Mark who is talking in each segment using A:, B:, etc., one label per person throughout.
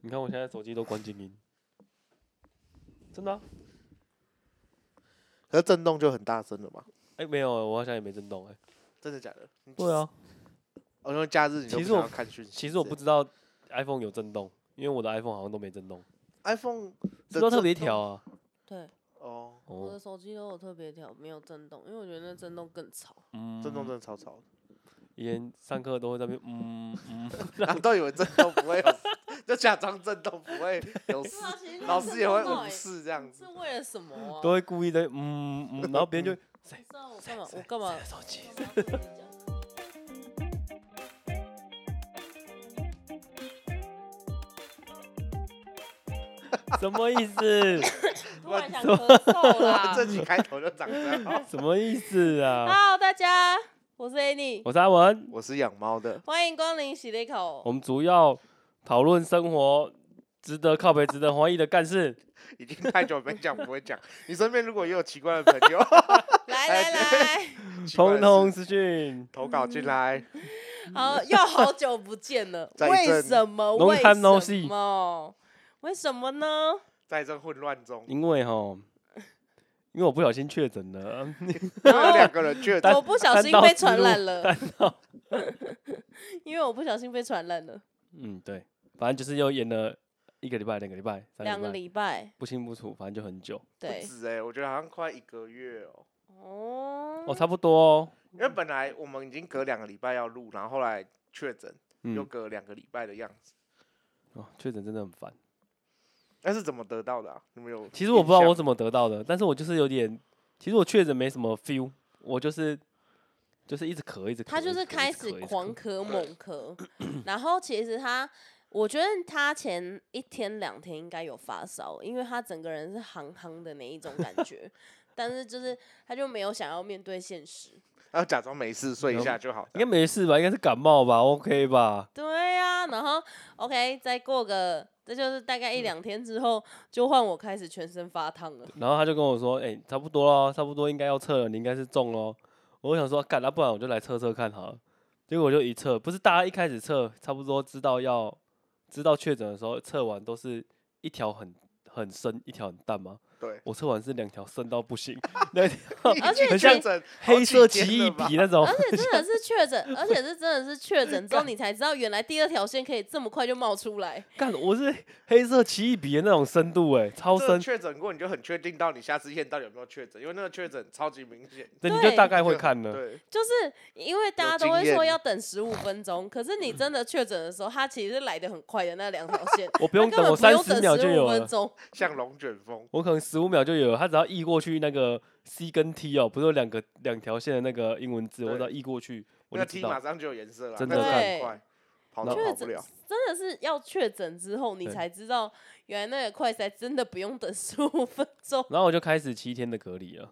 A: 你看我现在手机都关静音，真的、啊？
B: 可是震动就很大声了嘛？
A: 哎、没有，我好像也没震动哎、
B: 真的假的？你
A: 对啊，
B: 哦，因为假日你
A: 其
B: 就不
A: 实
B: 想
A: 我
B: 要看讯息之类的。
A: 其实我不知道 iPhone 有震动，因为我的 iPhone 好像都没震动，
B: iPhone
A: 是
B: 的
A: 不是特别
B: 震动
A: 调啊？
C: 对，
B: 哦，
C: 我的
A: 哦，
C: 手机都有特别调，没有震动，因为我觉得那震动更 吵。
A: 嗯
B: 震动真的超吵
A: 以前上课都会在那边嗯 嗯，
B: 的，啊，都以为震动不会有事， 就假装震动不会 有事，老师也会无视这样子。
C: 欸是为了什么啊？
A: 都会故意在嗯嗯，然后别人就哎
C: 你知道我干嘛？我 干嘛？
A: 手机。什么意思？
C: 突然想咳嗽
A: 啊
B: 这
C: 啦
B: 集开头就长 这样。哦
A: 什么意思啊？
C: ！Hello，大家，我是 Annie，
A: 我是阿文，
B: 我是养猫的，
C: 欢迎光临喜力
A: 我
C: 口。
A: 们主要讨论生活值得靠北、值得怀疑的干事。
B: 已经太久没讲不 会讲。你身边如果也有奇怪的朋友，
C: 来
B: 哎
C: 来来，
B: 奇怪
A: 通
B: 的事
A: 通私讯
B: 投稿进来，
C: 好，又好久不见了，
B: 再一
C: 为
B: 阵
C: 什么？
A: Long
C: 为
A: time no
C: 什
A: see
C: 么？为什么呢？
B: 在这混乱中，
A: 因为哈，因为我不小心确诊了，
B: 又有两个人确诊
A: 单
C: 我不小心
A: 单刀
C: 被
A: 直
C: 传
A: 入
C: 染了， 因为我不小心被传染了
A: 嗯，对，反正就是又延了一个礼拜、两个礼拜、三
C: 两
A: 个
C: 个
A: 礼拜，
C: 礼拜，
A: 不清不楚，反正就很久。
B: 不
C: 对，
B: 止哎，我觉得好像快一个月哦。
C: 哦
A: 哦，差不多哦，
B: 因为本来我们已经隔两个礼拜要录，然后后来确诊，又
A: 嗯，
B: 隔两个礼拜的样子。
A: 哦，确诊真的很烦。
B: 那是怎么得到的啊？你们有印象？
A: 其实我不知道我怎么得到的，但是我就是有点，其实我确诊没什么 feel，我就是就是一直咳，一直咳。
C: 他
A: 一
C: 就
A: 直
C: 是
A: 咳
C: 开始狂，咳猛咳，然后其实他，我觉得他前一天两天应该有发烧，因为他整个人是憨憨的那一种感 觉，但是就是他就没有想要面对现实。
B: 要假装没事睡一下就好。
A: 嗯一直咳一直咳应该 没事吧？应该是感冒吧？OK 吧？
C: 对呀、然后 OK，再过个，这就是大
A: 嗯
C: 概一两天之后，就换我开始全身发烫了。
A: 然后他就跟我说，哎、差不多咯，差不多应该要测了，你应该是中咯。我想说，干，那、不然我就来测测看好了。结果我就一测，不是大家一开始测，差不多知道要知道确诊的时候，测完都是一条很很深，一条很淡吗？
B: 对，
A: 我测完是两条深到不 行，那
C: 而且
A: 很
B: 确
A: 像
B: 诊
A: 黑色奇异
B: 一
A: 笔那种
C: 而。且真的是确诊， 而且是真的是确诊之后，你才知道原来第二条线可以这么快就冒出来。
A: 干，我是黑色奇异笔的那种深度哎、超
B: 这
A: 深，
B: 确诊过，你就很确定到你下次验到底有没有确诊，因为那个确诊超级明显。
A: 对，你
C: 对
A: 就大概会
B: 就
A: 看了。
B: 对，
C: 就是因为大
B: 有
C: 家都
B: 经
C: 会说
B: 验
C: 要等十五分钟，可是你真的确诊的时候，它其实是来的很快的那两条 线，
A: 我不
C: 它
A: 用
C: 根
A: 等，
C: 本
A: 我
C: 不
A: 三
C: 用
A: 十
C: 等
A: 秒就
C: 十
A: 有
C: 五分
A: 了，
C: 钟。
B: 像龙卷风，
A: 我可能十五秒就有了。它只要译过去那个 C 跟 T 哦，不是有两个两条线的那个英文字，我只要译过去，我
B: 那
A: 就
B: 个 T
A: 知
B: 马
A: 道。
B: 上就有颜色了，
A: 真
B: 那
A: 的
B: 个
C: 对
B: 很快，跑都
A: 确
B: 跑不
C: 诊
B: 了。
C: 真的是要确诊之后，你
A: 对
C: 才知道原来那个快筛真的不用等十五分钟。
A: 然后我就开始七天的隔离了，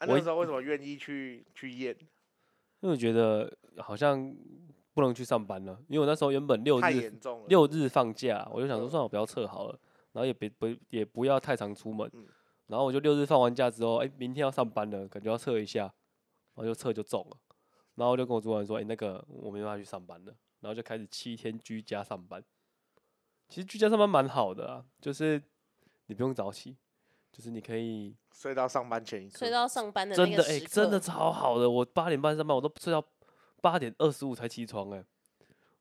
B: 啊，
A: 我
B: 那时候为什么愿意去去验？
A: 因为我觉得好像不能去上班了，因为我那时候原本六
B: 太
A: 日
B: 严重了。
A: 六日放假，我就想说
B: 嗯
A: 算了，我不要测好了，然后也别不也不要太常出门
B: 嗯。
A: 然后我就六日放完假之后，哎，明天要上班了，感觉要测一下，然后就测就中了。然后我就跟我主管说，哎，那个我没办法去上班了，然后就开始七天居家上班。其实居家上班蛮好的啊，就是你不用早起，就是你可以
B: 睡到上班前一刻，
C: 睡到上班的
A: 真
C: 那
A: 的
C: 个
A: 哎、
C: 时刻，
A: 真的超好的。我八点半上班，我都睡到八点二十五才起床哎、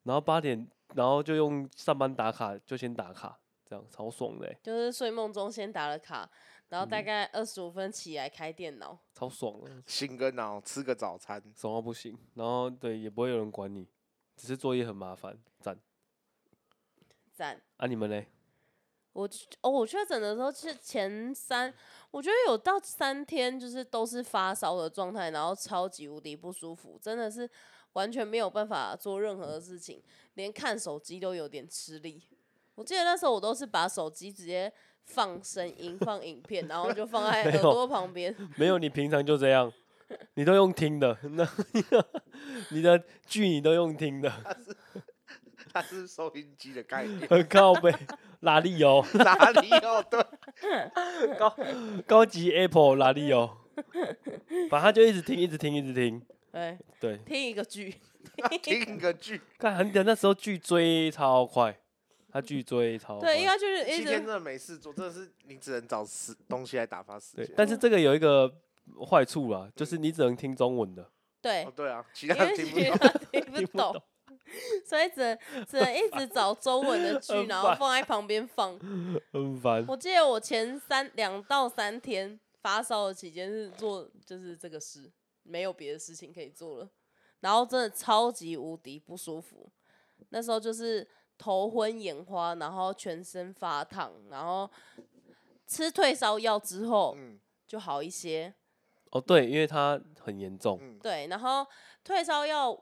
A: 然后八点，然后就用上班打卡，就先打卡，这样超爽的、欸，
C: 就是睡梦中先打了卡，
A: 嗯
C: 然后大概二十五分起来开电脑。
A: 超爽的，
B: 心跟脑吃个早餐，
A: 爽到不行。然后对，也不会有人管你，只是作业很麻烦，赞。
C: 赞！
A: 啊，你们嘞？
C: 我去哦，我确诊的时候是前三，我觉得有到三天，就是都是发烧的状态，然后超级无敌不舒服，真的是完全没有办法做任何的事情，连看手机都有点吃力。我记得那时候我都是把手机直接放声音、放影片，然后就放在
A: 没有
C: 耳朵旁边。
A: 没有，你平常就这样，你都用听的，那 你的剧你都用听的，，
B: 它是收音机的概念
A: 很靠背，拉力哦，
B: 哪里 有对？
A: 高级 Apple 拉力哦， 反正他就一直听，一直听，一直听。
C: 对，
A: 对，
C: 听一个剧，
B: 听个剧，
A: 看很屌，那时候剧追超快，他巨追超
C: 对，应
A: 欢
C: 该就是一
B: 七天真
C: 直
B: 的没事做，真的是你只能找时东西来打发时
A: 对
B: 间。，
A: 但是这个有一个坏处啦，就是你只能听中文的，
C: 对
B: 哦，，对啊，其
C: 因
B: 他
C: 为
B: 人听不
C: 其
B: 懂。
C: 他听
A: 听
C: 不
A: 不懂
C: 懂，。所以只能只能一直找中文的剧，
A: 很
C: 然后
A: 烦
C: 放在旁边放。
A: 很烦。
C: 我记得我前三两到三天发烧的期间是做就是这个事，没有别的事情可以做了，然后真的超级无敌不舒服。那时候就是头昏眼花，然后全身发烫，然后吃退烧药之后
B: 嗯
C: 就好一些。
A: 哦，对，因为它很严重，
B: 嗯，
C: 对，然后退烧药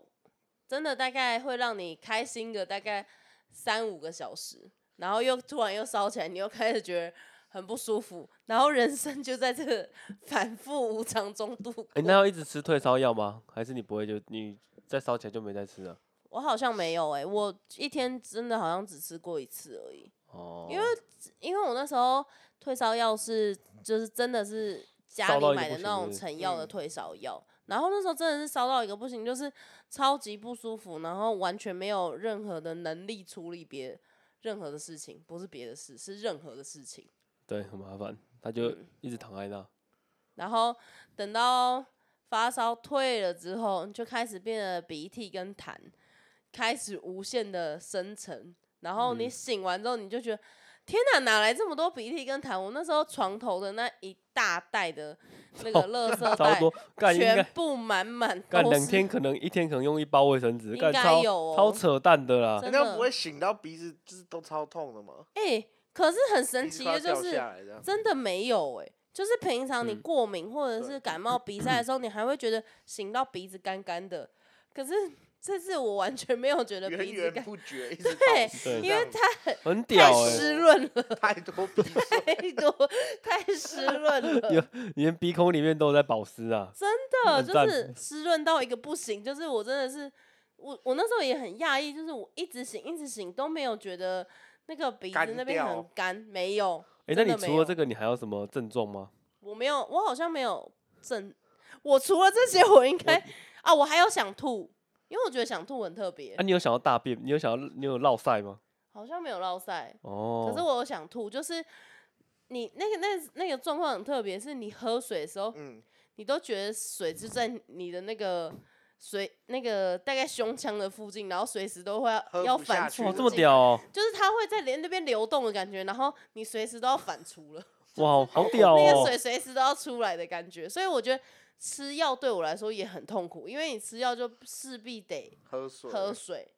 C: 真的大概会让你开心个大概三五个小时，然后又突然又烧起来，你又开始觉得很不舒服，然后人生就在这个 反复无常中度过。
A: 哎、那要一直吃退烧药吗？还是你不会就你再烧起来就没再吃了？啊
C: 我好像没有哎、我一天真的好像只吃过一次而已，
A: 哦，
C: 因为因为我那时候退烧药是就是真的是家
A: 烧到
C: 里
A: 一个
C: 买的
A: 不
C: 那
A: 行
C: 种
A: 是不
C: 成药的
B: 嗯
C: 退烧药，然后那时候真的是烧到一个不行，就是超级不舒服，然后完全没有任何的能力处理别任何的事情，不是别的事，是任何的事情。
A: 对很麻烦，他就
C: 嗯
A: 一直躺在那。
C: 然后等到发烧退了之后，就开始变得鼻涕跟痰，开始无限的生成。然后
A: 嗯
C: 你醒完之后，你就觉得、天哪，哪来这么多鼻涕跟痰？我那时候床头的那一大 袋的那个垃圾
A: 差不
C: 袋，
A: 多，干应
C: 全
A: 该
C: 部满满
A: 干
C: 都
A: 两
C: 是。
A: 天，可能一天可能用一包卫生纸，
C: 应
A: 干
C: 该
A: 超、
C: 有哦
A: 超扯淡的啦。
C: 真
B: 那
C: 的
B: 不会醒到鼻子就是都超痛的吗？
C: 哎、可是很神
B: 鼻子
C: 奇
B: 快
C: 的
B: 要
C: 嗯就
B: 掉
C: 是，
B: 下来这样
C: 真的没有哎、就是平常你
A: 嗯
C: 过敏或者
B: 对
C: 是感冒鼻塞的时候，你还会觉得醒到鼻子干干的，可是这次我完全没有觉得
B: 源
C: 鼻子
B: 源
C: 干，
B: 不绝，一直倒
C: 对
A: 对
B: 刺这
C: 因为
B: 样子
C: 它很
A: 很屌
C: 太
A: 哎、
C: 湿润了，
B: 太多鼻水，
C: 太多太湿润了，
A: 有你连鼻孔里面都有在保湿啊。
C: 真的
A: 很
C: 就
A: 赞
C: 是湿润到一个不行，就是我真的是我我那时候也很讶异，就是我一直醒一直醒都没有觉得那个鼻子
B: 干
C: 那边很
B: 掉
C: 干，没有，
A: 哎、那
C: 真
A: 你
C: 的没
A: 除了
C: 有
A: 这个，你还有什么症状吗？
C: 我没有，我好像没有症。我除了这些，我应该啊，我还有想吐，因为我觉得想吐很特别，
A: 啊，你有想要大便？你有想要你有落塞吗？
C: 好像没有落塞，
A: 哦，
C: 可是我有想吐，就是你那个那那个状况很特别，是你喝水的时候，
B: 嗯，
C: 你都觉得水就在你的那个水那个大概胸腔的附近，然后随时都会
B: 喝
C: 要
B: 不
C: 要
B: 下
C: 反
B: 去
C: 出，
A: 哇
B: 的
A: 这么，屌、 哦，
C: 就是它会在连那边流动的感觉，然后你随时都要反出了。
A: 哇，好屌
C: 那个
A: 哦！
C: 水随时都要出来的感觉，所以我觉得吃药对我来说也很痛苦，因为你吃药就势必得
B: 喝水，
C: 喝水。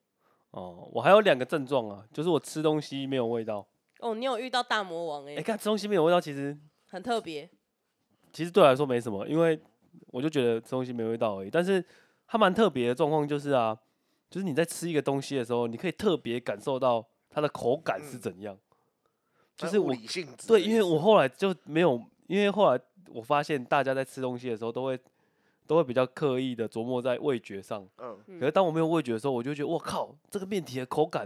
A: 哦，我还有两个症状啊，就是我吃东西没有味道。
C: 哦，你有遇到大魔王哎、
A: 哎、看吃东西没有味道，其实
C: 很特别。
A: 其实对我来说没什么，因为我就觉得吃东西没味道而已。但是它蛮特别的状况就是啊，就是你在吃一个东西的时候，你可以特别感受到它的口感是
B: 嗯
A: 怎样。就
B: 那
A: 是
B: 物
A: 我
B: 理性质
A: 对，
B: 的
A: 因
B: 意
A: 为
B: 思
A: 我后来就没有，因为后来我发现大家在吃东西的时候都会都会比较刻意的琢磨在味觉上。
B: 嗯，
A: 可是当我没有味觉的时候，我就觉得我靠，这个面体的口感，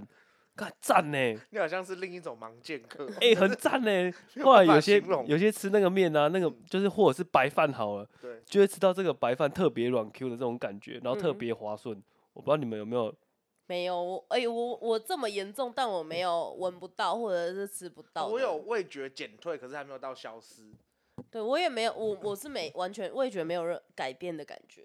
A: 干赞呢，
B: 你好像是另一种盲剑客，
A: 哎、很赞呢。
B: 没有
A: 后来
B: 办法
A: 有些
B: 形容
A: 有些吃那个面啊，那个就是或者是白饭好了，
B: 对，
A: 就会吃到这个白饭特别软 Q 的这种感觉，然后特
C: 嗯
A: 别滑顺。我不知道你们有没有
C: 没有我哎、我我这么严重，但我没有闻不到或者是吃不到的。
B: 我有味觉减退，可是还没有到消失，
C: 对我也没有，我我是没完全味觉没有任改变的感觉。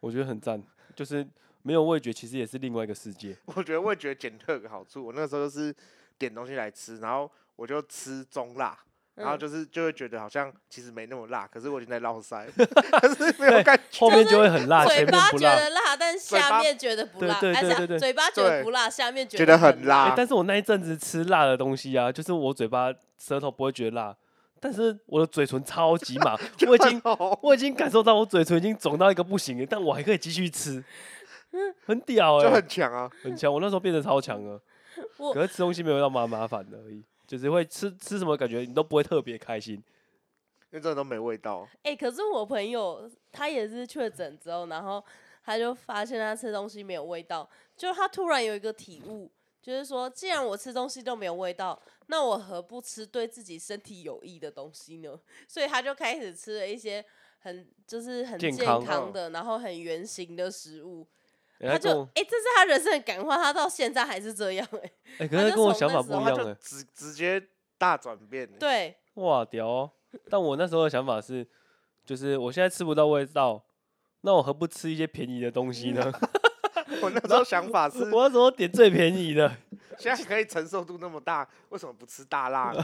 A: 我觉得很赞，就是没有味觉其实也是另外一个世 界。
B: 我觉得味觉减退有个好处，我那时候就是点东西来吃，然后我就吃中辣。然后
C: 嗯
B: 就是就会觉得好像其实没那么辣，可是我已经在绕塞，可是没有感觉。
A: 后面就会很辣，啊前
C: 嘴
A: 面
C: 巴
A: 不
C: 觉
A: 辣。
C: 得辣，但
B: 嘴
C: 下
B: 巴
C: 面觉得不
A: 对
C: 辣，
A: 对
C: 哎
A: 对
C: 是啊
A: 对对
C: 嘴巴觉得
B: 对
C: 不辣，下面觉
B: 觉得很
C: 很
A: 欸
B: 辣
A: 但是我那一阵子吃辣的东西啊，就是我嘴巴舌头不会觉得辣，但是我的嘴唇超级 麻，我已经
B: 哦
A: 我已经感受到我嘴唇已经肿到一个不行了，但我还可以继续吃，很屌
B: 就
A: 哎、
B: 很强啊，
A: 很强。我那时候变得超强了，
C: 我
A: 可是吃东西没有那么麻烦的而已，就是会吃吃什么感觉你都不会特别开心。
B: 因为真的都没味道。
C: 哎、可是我朋友他也是确诊之后，然后他就发现他吃东西没有味道，就他突然有一个体悟，就是说，既然我吃东西都没有味道，那我何不吃对自己身体有益的东西呢？所以他就开始吃了一些很就是很
A: 健
C: 健
A: 康
C: 康的，然后很圆形的食物。
A: 欸
C: 他
A: 跟
C: 就
A: 我
C: 哎、这是他人生的感化，他到现在还是这样哎、
A: 哎，可
C: 他
A: 是
C: 就
A: 跟我想
C: 从那
A: 法
C: 时
A: 不
C: 候
A: 一
B: 他
A: 样
B: 就
A: 哎，
B: 直直接大转变欸，
C: 对，
A: 哇屌哦！但我那时候的想法是，就是我现在吃不到味道，那我何不吃一些便宜的东西呢？
B: 我那时候想法是，
A: 我要怎么点最便宜的？
B: 现在可以承受度那么大，为什么不吃大辣呢？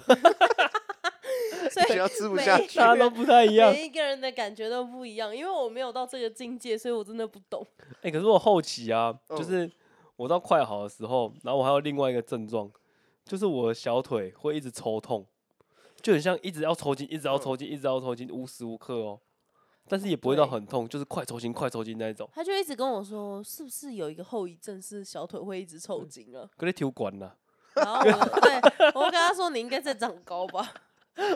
C: 所
B: 只
C: 以
B: 要吃不
C: 每
B: 下
C: 一
B: 去，
A: 大家都不太一样。
C: 每一个人的感觉都不一样，因为我没有到这个境界，所以我真的不懂。
A: 哎、可是我后期啊，就
B: 嗯
A: 是我到快好的时候，然后我还有另外一个症状，就是我的小腿会一直抽痛，就很像一直要抽筋，一直要
B: 嗯
A: 抽筋，一直要抽筋，无时无刻哦。但是也不会到
C: 对
A: 很痛，就是快抽筋、快抽筋那一种。
C: 他就一直跟我说，是不是有一个后遗症是小腿会一直
B: 嗯
C: 抽筋啊？
A: 可是体管呐，
C: 然后我对我跟他说，你应该再长高吧。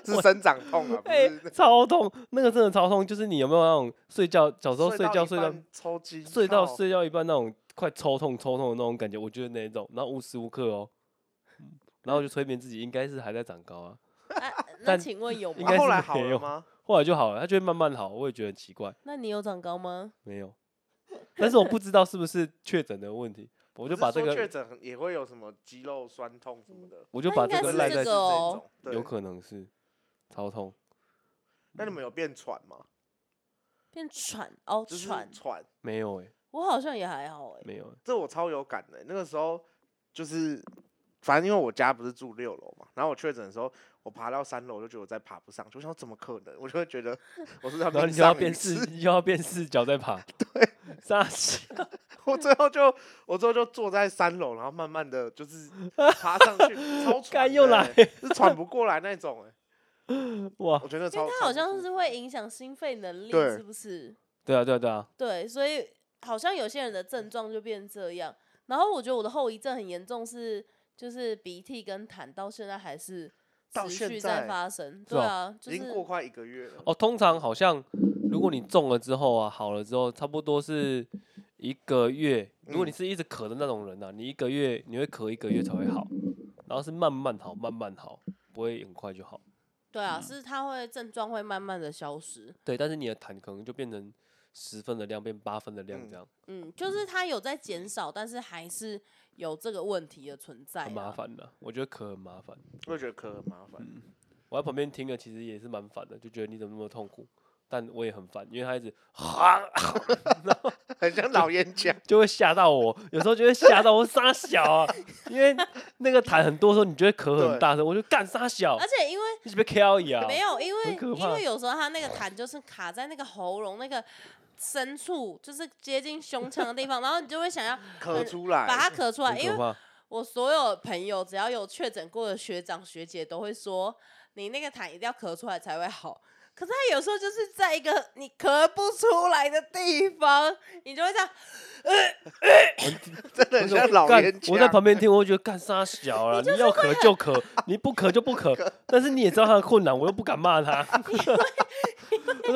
B: 是生长痛啊，不
A: 哎、
B: 是。
A: 超痛，那个真的超痛。就是你有没有那种睡觉小时候睡觉睡
B: 睡
A: 到
B: 到抽筋，
A: 睡到
B: 靠，
A: 睡觉一半那种快抽痛、抽痛的那种感觉，我觉得那一种，然后无时无刻哦。
B: 嗯
A: 然后我就催眠自己，应该是还在长高啊。
C: 啊、那
A: 但
C: 请问有
A: 应
B: 啊
A: 该
C: 吗？
B: 后
A: 是
B: 来好
A: 没
B: 了
A: 有
B: 吗？
A: 后来就好了，它就会慢慢好，我也觉得很奇怪，
C: 那你有长高吗？
A: 没 有，但是我不知道是不是确诊的问题，我
B: 我
A: 就把这
B: 确
A: 个，
B: 诊很也会有什么肌肉酸痛什么的，
A: 我就
C: 那
A: 把
C: 应
A: 这
C: 该
A: 个
C: 嗯是
A: 赖在
C: 这个
A: 自己
C: 哦
B: 种，对
A: 有可能是超痛，
B: 那你们有变喘吗？
C: 变喘哦，
B: 就是
C: 喘，
B: 喘，
A: 没有哎、
C: 我好像也还好哎、
A: 没有欸、
B: 这我超有感的、那个时候就是，反正因为我家不是住六楼嘛，然后我确诊的时候，我爬到三楼，我就觉得我再爬不上去，我想说怎么可能？我就会觉 得我是不是要
A: 然后
B: 命
A: 你就要
B: 丧
A: 变
B: 于
A: 四，
B: 此
A: 你就要变四脚在爬，对，傻气，
B: 我最后就我最后就坐在三楼，然后慢慢的 就是爬上去，超
A: 该
B: 喘
A: 又
B: 的
A: 来
B: 欸、是喘不过来那种哎、
A: 哇
B: 我，觉得
C: 因
B: 超
C: 为，它
B: 超不
C: 好像
B: 舒
C: 是
B: 服
C: 会影响心肺能力，
B: 对
C: 是不是？
A: 对啊对啊对啊，
C: 对，所以好像有些人的症状就变这样。然后我觉得我的后遗症很严重是，就是鼻涕跟痰到现在还是
B: 到
C: 持
B: 现
C: 续在
B: 在
C: 发生。
A: 是
C: 对
A: 哦
C: 啊，就
B: 已经过
C: 是
B: 快一个月了。
A: 哦，通常好像如果你中了之后啊，好了之后，差不多是一个月。如果你
B: 嗯
A: 是一直咳的那种人呐、啊，你一个月你会咳一个月才会好，然后是慢慢好，慢慢好，不会很快就好。
C: 对
A: 嗯
C: 啊，是它会症状会慢慢的消失。
A: 对，但是你的痰可能就变成十分的量变八分的量
B: 嗯
A: 这样，
C: 嗯，就是它有在减少，但是还是有这个问题的存在、
B: 哎
A: 很麻。烦的。我觉得咳很麻烦，
B: 我也觉得咳很麻烦。
A: 我在旁边听了其实也是蛮烦的，就觉得你怎么那么痛苦。但我也很烦，因为他一直 哈，
B: 很像老烟枪，
A: 就会吓到我，有时候就会吓到我傻小啊，因为那个痰很多的时候，你就会咳很
B: 对
A: 大声，我就干傻小
C: 而，且因为
A: 你是被 K 一啊？
C: 没有，因为
A: 可
C: 因
A: 怕
C: 为有时候他那个痰就是卡在那个喉咙那个深处，就是接近胸腔的地方，然后你就会想要
B: 咳出来，
C: 把它咳出来。
A: 哎很
C: 因
A: 可
C: 为
A: 怕。
C: 我所有朋友只要有确诊过的学长学姐都会说，你那个痰一定要咳出来才会好。可是他有时候就是在一个你咳不出来的地方，你就会这样，
B: 真的很像老
A: 干
B: 烟枪。
A: 我在旁边听，我会觉得干傻小了，你要咳就咳，你不咳就不 咳。但是你也知道他的困难，我又不敢骂 他。我说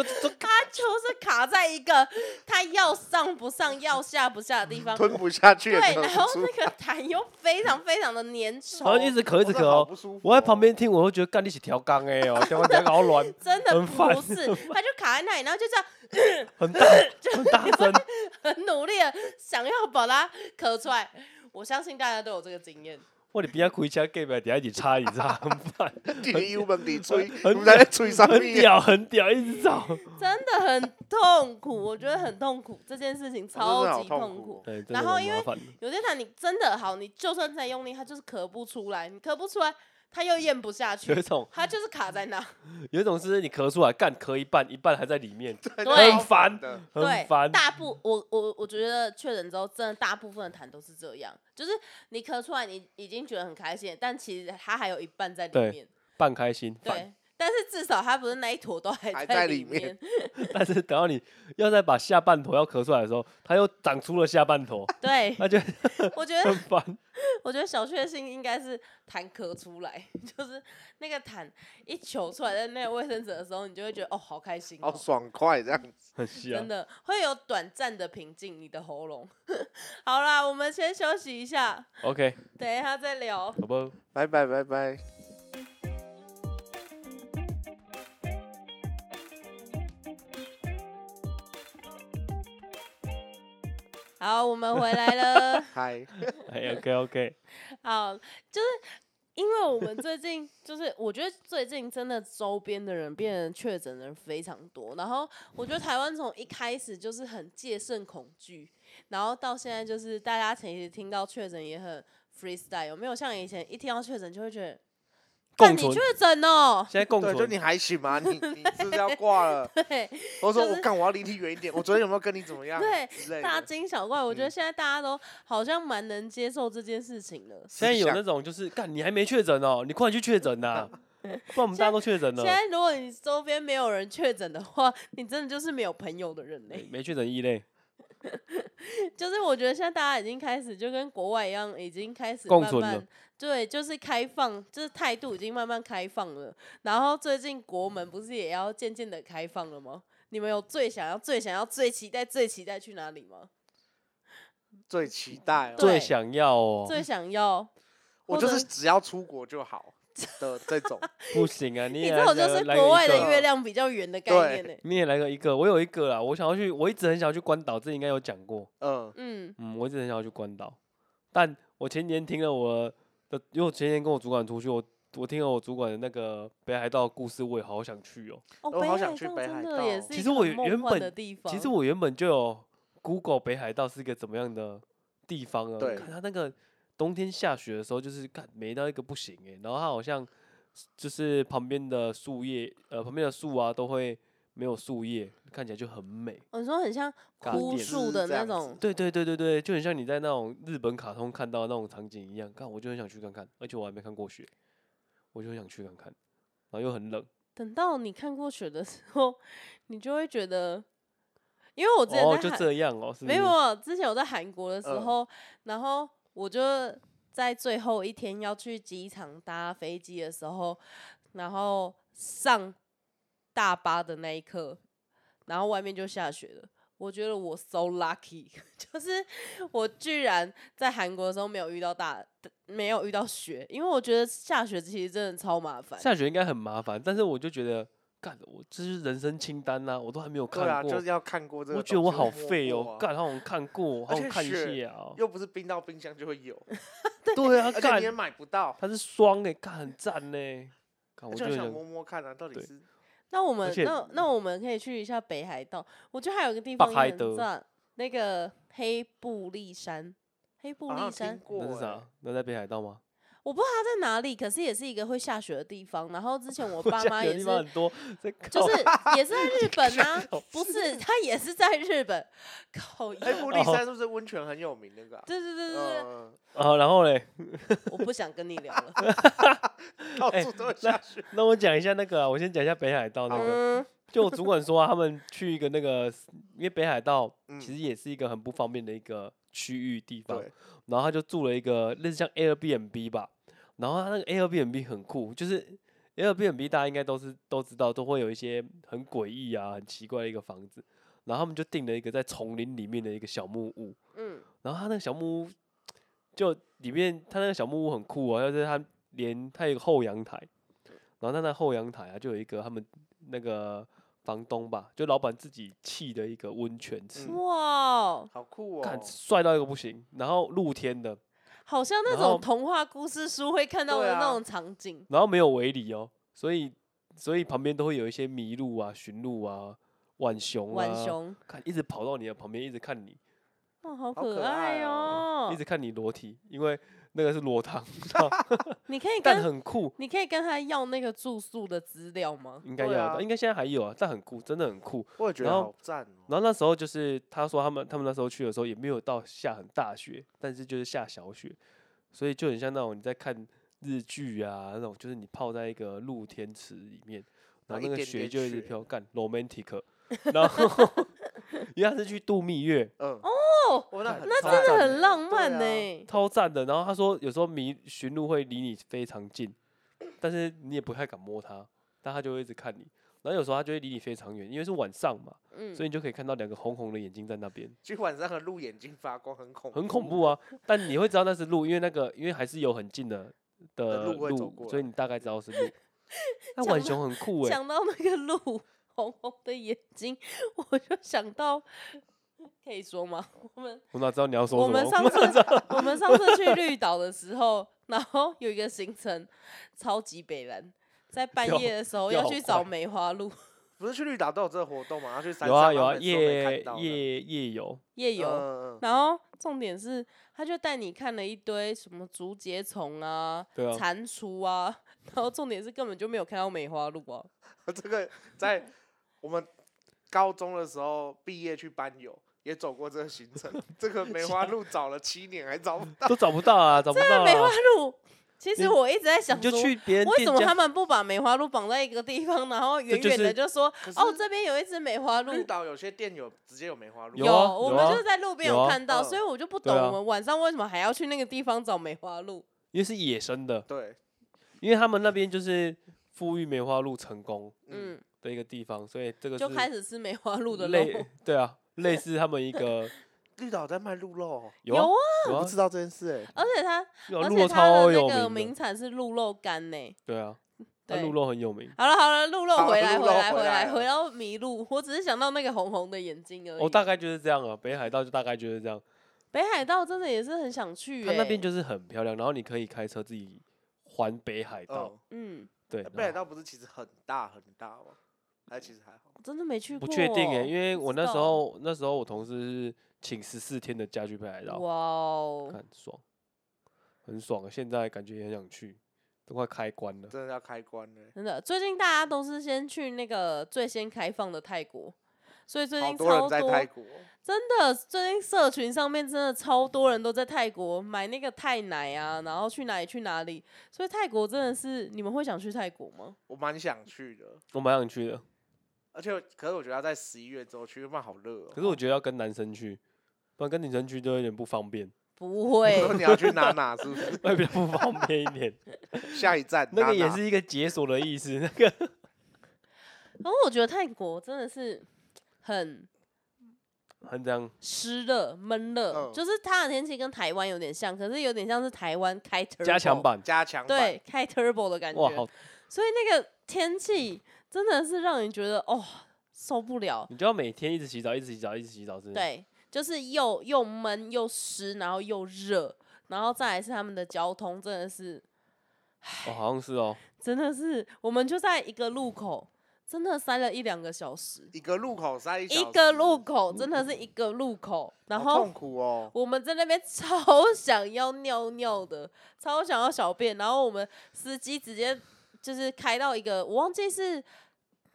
A: 这这
C: 他就是卡在一个他要上不上、要下不下的地方。
B: 吞不下去也
C: 对，
B: 咳
C: 然后
B: 不出
C: 那，个痰又非常非常的粘 稠，
A: 然后一直咳一直
B: 我真
A: 咳
B: 的好
A: 哦
B: 不舒服。
A: 我在旁
B: 哦
A: 边听，我会觉得干你是调缸哎哦，调缸调搞乱，
C: 真的
A: 很烦
C: 不是，他就卡在那里，然后就这样
A: 很大很大声。
C: 很努力的想要把它咳出来。我相信大家都有这个经验，
A: 我你边开车隔壁底下一直插，你知道很烦，
B: 地理油门里吹，
A: 很
B: 你们在那吹上
A: 很
B: 面，
A: 屌很屌，一直找。
C: 真的很痛苦，我觉得很痛苦，这件事情
B: 哦真的
C: 超
B: 好
C: 级
B: 痛
C: 苦。
B: 苦。
A: 对，真的
C: 然后
A: 很
C: 因为
A: 麻烦的
C: 有些痰你真的好，你就算再用力，它就是咳不出来，你咳不出来，它又咽不下
A: 有一
C: 去，
A: 种
C: 它就是卡在那。
A: 有一种是你咳出来，干咳一半，一半还在里面，
C: 对
A: 很烦
B: 的，
A: 很
C: 对
A: 烦，。
C: 大部我我我觉得确诊之后，真的大部分的痰都是这样，就是你咳出来，你已经觉得很开心，但其实它还有一半在里
A: 对
C: 面。
A: 半开心， 烦。
C: 对，但是至少它不是那一坨都还
B: 还
C: 在
B: 在
C: 里
B: 里面
C: 面。
A: 但是等到你要再把下半坨要咳出来的时候，它又长出了下半坨，
C: 对，
A: 那就
C: 我觉得
A: 很烦。
C: 我觉得小确幸应该是痰咳出来， 就是那个痰一球出来在那个卫生纸的时候，你就会觉得哦，好开心哦。
B: 好爽快这样子。
A: 很香
C: 真。的会有短暂的平静，你的喉咙。 好啦，我们先休息一下，
A: OK，
C: 等一下再聊。
A: 好不？
B: 拜拜拜拜。
C: 好，我们回来了。
B: 嗨，
A: 哎，OK OK，
C: 好，就是因为我们最近就是，我觉得最近真的周边的人变成确诊的人非常多，然后我觉得台湾从一开始就是很戒慎恐惧，然后到现在就是大家其实听到确诊也很 freestyle，有没有像以前一听到确诊就会觉得，
A: 共
C: 干你
A: 存
C: 确诊哦，
A: 现在共
B: 对，就
A: 存
B: 你还行吗？ 你你是不是要挂了？
C: 对，
B: 我说
C: 就
B: 我
C: 是
B: 干，我要离你远一点。我昨天有没有跟你怎么样？
C: 对
B: 之类
C: 大
B: 的，
C: 惊小怪。我觉得
B: 嗯
C: 现在大家都好像蛮能接受这件事情的。
A: 现在有
B: 思想
A: 那种就是干你还没确诊哦，你快点去确诊 呐，不然我们大家都确诊了
C: 现。在如果你周边没有人确诊的话，你真的就是没有朋友的人欸
A: 没
C: 类。
A: 没确诊异类，
C: 就是我觉得现在大家已经开始就跟国外一样，已经开始
A: 共
C: 慢
A: 存
C: 慢
A: 了
C: 对，就是开放，就是态度已经慢慢开放了。然后最近国门不是也要渐渐的开放了吗？你们有最想要、最想要、最期待、最期待去哪里吗？
B: 最期待、哦。
C: 对
A: 最想要哦，
C: 最想要？
B: 我
C: 或
B: 就
C: 者
B: 是只要出国就好的这种。
A: 不行啊，你
C: 你
A: 也
C: 这
A: 来
C: 种就
A: 个
C: 是
A: 来
C: 国外
A: 个一
C: 的
A: 个，
C: 月亮比较圆的概
B: 对
C: 念呢、
A: 你也来个一个，我有一个啦，我想要去，我一直很想要去关岛，这应该有讲过，
B: 嗯，
C: 嗯，
A: 嗯，我一直很想要去关岛，但我前年听了我的，因为我前年跟我主管出去，我我听了我主管的那个北海道的故事，我也好想去哦。
C: 哦，
B: 我
C: 北
B: 好
C: 海
B: 想去
C: 道
B: 北
C: 真
B: 海
C: 的
B: 道
C: 也
B: 哦
C: 是一
A: 其
C: 个
A: 实我
C: 很
A: 原
C: 梦
A: 原
C: 幻
A: 本
C: 的地方，
A: 其实我原本就有 Google 北海道是一个怎么样的地方啊？
B: 对
A: 看它那个冬天下雪的时候，就是看美到一个不行哎、然后它好像就是旁边的树叶，呃，旁边的树啊都会没有树叶，看起来就很美。
C: 我哦说很像
A: 嘎
C: 枯
A: 电
B: 枝
C: 树的
B: 这
C: 那
B: 样
C: 种
A: 对对对对对，就很像你在那种日本卡通看到的那种场景一样，看我就很想去看看，而且我还没看过雪，我就很想去看看，然后又很冷。
C: 等到你看过雪的时候，你就会觉得，因为我之前
A: 哦，
C: 在
A: 就
C: 韩、
A: 这样哦，是不
C: 没
A: 是
C: 有没有，之前我在韩国的时
B: 嗯
C: 候，然后我就在最后一天要去机场搭飞机的时候，然后上大巴的那一刻，然后外面就下雪了。我觉得我 so lucky，就是 我居然在韩国的时候没有遇到大，没有遇到雪，因为我觉得下雪其实真的超麻烦。
A: 下雪应该很麻烦，但是我就觉得，干，我这是人生清单呐、我都还没有看
B: 对啊，
A: 过，
B: 就是要看过这个
A: 我
B: 东
A: 觉
B: 西。
A: 得我好
B: 摸
A: 废
B: 过
A: 哦
B: 啊，
A: 干，好想看过，好
B: 而
A: 想
B: 且
A: 看一
B: 雪
A: 下哦，
B: 又不是冰到冰箱就会有，
A: 对啊，
B: 而且你也
A: 干，
B: 买不到。
A: 它是双诶，干很赞呢、干，
B: 而
A: 啊我
B: 且
A: 就
B: 我
A: 很
B: 想
A: 想
B: 摸摸看啊，到底
A: 对
B: 是
C: 那我们
A: 且
C: 那那我们可以去一下北海道，我觉得还有个地方
A: 北
C: 也
A: 海
C: 很
A: 道
C: 赞，那个黑布利山。黑布
A: 啊
B: 好像
C: 利
B: 听
C: 山，
B: 过
A: 那是
B: 欸
A: 啥？那在北海道吗？
C: 我不知道它在哪里，可是也是一个会下雪的地方。然后之前我爸
A: 下
C: 妈
A: 雪的
C: 也
A: 地
C: 是，
A: 方很多，在
C: 就
A: 靠
C: 是也是在日本 啊
A: 靠，
C: 不是，它也是在日本。靠腰，
B: 哎，布利
A: 哦
B: 山是不是温泉很有名那个啊？
C: 对对对对对，
B: 嗯，
A: 啊，然后嘞，
C: 我不想跟你 聊了。
B: 嗯到
A: 哎
B: 处都有 下雪。
A: 那我讲一下那个啊，我先讲一下北海道那个，
C: 嗯，
A: 就我主管说啊，他们去一个那个，因为北海道
B: 嗯
A: 其实也是一个很不方便的一个区域地方
B: 对，，
A: 然后他就住了一个类似像 Airbnb 吧，然后他那个 Airbnb 很酷，就是 Airbnb 大家应该都是都知道，都会有一些很诡异啊、很奇怪的一个房子，然后他们就订了一个在丛林里面的一个小木屋，
C: 嗯，
A: 然后他那个小木屋就里面，他那个小木屋很酷啊，就是他连他有个后阳台，然后他那后阳台啊就有一个他们那个房东吧，就老板自己砌的一个温泉池，
B: 嗯
C: 哇，
B: 好酷
A: 看
B: 哦！
A: 帅到一个不行，然后露天的。
C: 好像那
A: 然后
C: 种童话故事书会看到
B: 对
C: 的那
B: 啊
C: 种场景。
A: 然后没有围篱哦，所以所以旁边都会有一些麋鹿啊、驯鹿啊、浣熊啊，
C: 浣熊，
A: 看一直跑到你的旁边，一直看你，
C: 哇，好
B: 好
C: 可
B: 可
C: 爱
B: 爱
C: 哦
B: 哦！
A: 一直看你裸体，因为那个是裸汤，然后
C: 你可以
A: 但
C: 跟
A: 很酷，
C: 你可以跟他要那个住宿的资料 吗？
A: 应该要
B: 对
A: 的，
B: 啊
A: 应该现在还有啊，但很酷，真的很酷。
B: 我也觉得
A: 然后
B: 好赞哦。
A: 然后那时候就是他说他们他们那时候去的时候也没有到下很大雪，但是就是下小雪，所以就很像那种你在看日剧啊那种，就是你泡在一个露天池里面，然
B: 然
A: 后
B: 后
A: 那
B: 一
A: 个
B: 点
A: 雪
B: 点
A: 就一直
B: 雪
A: 飘，干 romantic，然后因为他是去度蜜月，
B: 嗯哦，哇那
A: 看
B: 很
A: 那
B: 赞
A: 真的
C: 这
B: 欸
C: 很浪漫欸呢、
B: 对啊
A: 超赞的。然后他说，有时候迷驯鹿会离你非常近，但是你也不太敢摸它，但它就会一直看你。然后有时候它就会离你非常远，因为是晚上嘛，
C: 嗯
A: 所以你就可以看到两个红红的眼睛在那边，
B: 去晚上和鹿眼睛发光，很恐
A: 很恐怖啊。但你会知道那是鹿，因为那个因为还是有很近的的
B: 鹿会走过
A: 所以
B: 来
A: 你大概知道 是鹿。那
C: 讲
A: 浣
C: 到
A: 熊很酷哎、
C: 讲到那个鹿红红的眼睛，我就想到可以说吗？我们
A: 我哪知道你要说
C: 我
A: 什么？
C: 们上次我们上次去绿岛的时候，然后有一个行程超级北蓝，在半
A: 掉
C: 夜的时 候
A: 掉
C: 要
A: 好
C: 去
A: 快
C: 找梅花鹿
B: 不是去绿岛都有这个活动嘛？要去山
A: 有
B: 上
A: 啊
B: 然
A: 有
B: 后
A: 啊，
B: 每次都没
A: 夜
B: 看到的
A: 夜夜游，
C: 夜游，
B: 嗯嗯嗯
C: 然后重点是他就带你看了一堆什么竹节虫啊、
A: 对啊，
C: 蟾蜍啊，然后重点是根本就没有看到梅花鹿啊。
B: 这个在我们高中的时候毕业去班游，也走过这个行程。这个梅花鹿找了七年还找不到，
A: 都找不到 啊，找不到
C: 梅花
A: 啊，
C: 鹿，其
A: 你
C: 实我一直在想
A: 你就
C: 说，
A: 去别人
C: 为
A: 店
C: 什么他
A: 家，
C: 们不把梅花鹿绑在一个地方，然后
A: 这
C: 远
A: 就
C: 远的
A: 是嗯
C: 就说
B: 可：“
C: 哦，
B: 是
C: 这边有一只梅花鹿。
B: 绿岛有些店有直接有梅花鹿，
A: 有
C: 有，
A: 啊
C: 我
A: 有
C: 们
A: 啊
C: 就是在路边
A: 有
C: 有
A: 啊
C: 看到，
B: 嗯
C: 所以我就不
A: 对
C: 懂
A: 啊
C: 我们晚上为什么还要去那个地方找梅花鹿。
A: 因为是野生的，
B: 对，
A: 因为他们那边就是富裕梅花鹿成功
B: 嗯，
C: 嗯，
A: 的一个地方，所以这个
C: 就是开始吃梅花鹿的肉
A: 类。 对啊，类似他们一个
B: 绿岛有在卖鹿肉哦，
A: 有
C: 有啊
A: 有
B: 我
A: 啊
B: 不知道这件事哎、
C: 而且它，
A: 有啊
C: 而
A: 鹿
C: 且
A: 肉
C: 它的
A: 超
C: 那
A: 有
C: 个
A: 名
C: 名
A: 的，
C: 产是鹿肉干呢。
A: 对啊，那
C: 对
A: 鹿肉很有名。
C: 好了好了，鹿肉
B: 好
C: 回来
B: 鹿
C: 回
B: 肉
C: 来
B: 回
C: 回
B: 来
C: 来
B: 了
C: 回到麋鹿，我只是想到那个红红的眼睛而
A: 哦，
C: 已。
A: 大概就是这样啊，北海道就大概就是这样，
C: 北海道真的也是很想去
A: 它
C: 欸，
A: 那边就是很漂亮，然后你可以开车自己环北海道，
B: 嗯，
C: 嗯，
A: 对，
B: 北海
A: 然后
B: 道不是其实很大很大吗？哎，其实还好。
C: 我真的没去过。
A: 不确定哎、因为
C: 不
A: 我
C: 哦知
A: 那时
C: 道
A: 候那时候我同事是请十四天的假去北海道，
C: 哇哦，
A: 看爽，很爽，啊现在感觉也很想去，都快开关了。
B: 真的要开关欸了、
C: 真的，最近大家都是先去那个最先开放的泰国，所以最
B: 好
C: 近
B: 多
C: 超
B: 人在泰国，
C: 真的，最近社群上面真的超多人都在泰国买那个泰奶啊，然后去哪里去哪里，所以泰国真的是你们会想去泰国吗？
B: 我蛮想去的，
A: 我蛮想去的，
B: 而且可是我觉得要在十一月之后去，因为好热、哦。
A: 可是我觉得要跟男生去，不然跟女生去就有点不方便，
C: 不会，
B: 说你要去哪哪是不是？
A: 会比较不方便一 点。
B: 下一站
A: 那个也
B: 哪哪
A: 是一个解锁的意思，那个
C: 然后我觉得泰国真的是很
A: 很这样。
C: 湿热、闷热，
B: 嗯
C: 就是它的天气跟台湾有点像，可是有点像是台湾开 turbo
A: 加强，版，
B: 加强版
C: 对，开 turbo 的感觉。
A: 哇，好，
C: 所以那个天气真的是让人觉得哦受不了，
A: 你就要每天一直洗澡，一直洗澡，一直洗澡，是不
B: 嗯
A: 是？
C: 对，就是又又闷又湿，然后又热，然后再来是他们的交通真的是
A: 哦，好像是哦，
C: 真的是，我们就在一个路口真的塞了一两个小时，
B: 一个路口塞一
C: 一
B: 小
C: 个
B: 时
C: 路口真的是一个路口，然
B: 好痛
C: 后。
B: 苦哦，
C: 我们在那边 超想要尿尿的，超想要小便，然后我们司机直接就是开到一个，我忘记是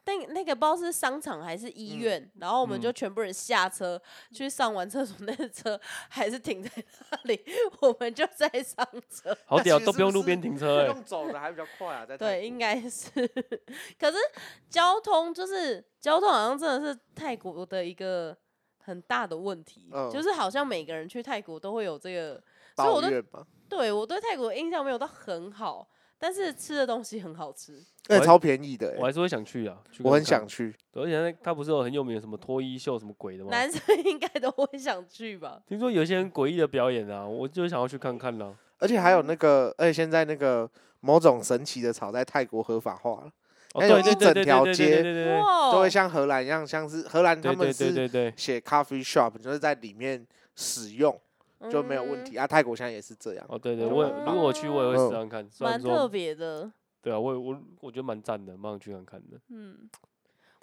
C: 那那个不知道是商场还是医
B: 嗯
C: 院，然后我
A: 嗯
C: 们就全部人下车、去上完厕所， 那个车还是停在那里，我们就再上车。
A: 好
B: 那
A: 屌，
B: 其实
A: 都
B: 是
A: 不用
B: 不
A: 路边
B: 是
A: 停车哎、
B: 用走的还比较快啊，在泰
C: 对，应该是。可是交通就是交通，好像真的是泰国的一个很大的问题，
B: 嗯
C: 就是好像每个人去泰国都会有这个。
B: 国
C: 所以
B: 抱
C: 我都
B: 怨吧，
C: 对我对泰国的印象没有到很好，但是吃的东西很好吃。
B: 而
A: 我
B: 且超便宜的欸、
A: 我还是会想去啊，去
B: 我
A: 看
B: 很
A: 看
B: 想，去，
A: 对而且那他不是有很有名的什么脱衣秀什么鬼的吗？
C: 男生 应该都会想去吧？
A: 听说有一些很诡异的表演啊，我就想要去看看哦呢、
B: 而且还有那个，而且现在那个某种神奇的草在泰国合法化了，
A: 哦，对
B: 那有
A: 对
B: 一
A: 对对
B: 整
A: 对
B: 条
A: 对
B: 街
A: 对对对
C: 哇，
B: 就会像荷兰一样，像是荷兰他
A: 对
B: 们
A: 对
B: 是
A: 对对对，
B: 写 coffee shop，就是在里面使用就没有问
C: 嗯，
B: 题啊。泰国现在也是这样，
A: 哦对对，我也如果我去，我也会试看看，虽
C: 嗯蛮
A: 然
C: 特
A: 说
C: 别的。
A: 对啊，我也我我觉得蛮赞的，蛮想去看看的。
C: 嗯，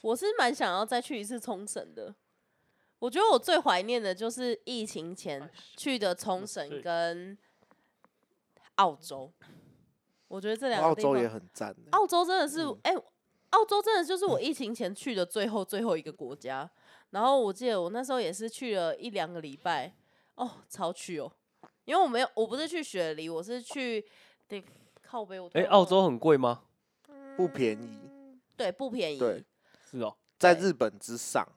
C: 我是蛮想要再去一次冲绳的。我觉得我最怀念的就是疫情前去的冲绳
A: 对
C: 跟澳洲，我觉得这两个
B: 澳
C: 地
B: 洲
C: 方
B: 也很赞欸。
C: 澳洲真的是
B: 嗯，
C: 哎、澳洲真的就是我疫情前去的最后最后一个国家。然后我记得我那时候也是去了一两个礼拜，哦，超去哦，因为我没有，我不是去雪梨，我是去那靠北我突
A: 哎、
C: 然忘
A: 澳
C: 了
A: 洲很贵吗？
B: 不便宜，
C: 对不便宜，
B: 对
A: 是哦，
B: 在
C: 嗯对
B: 日本之上，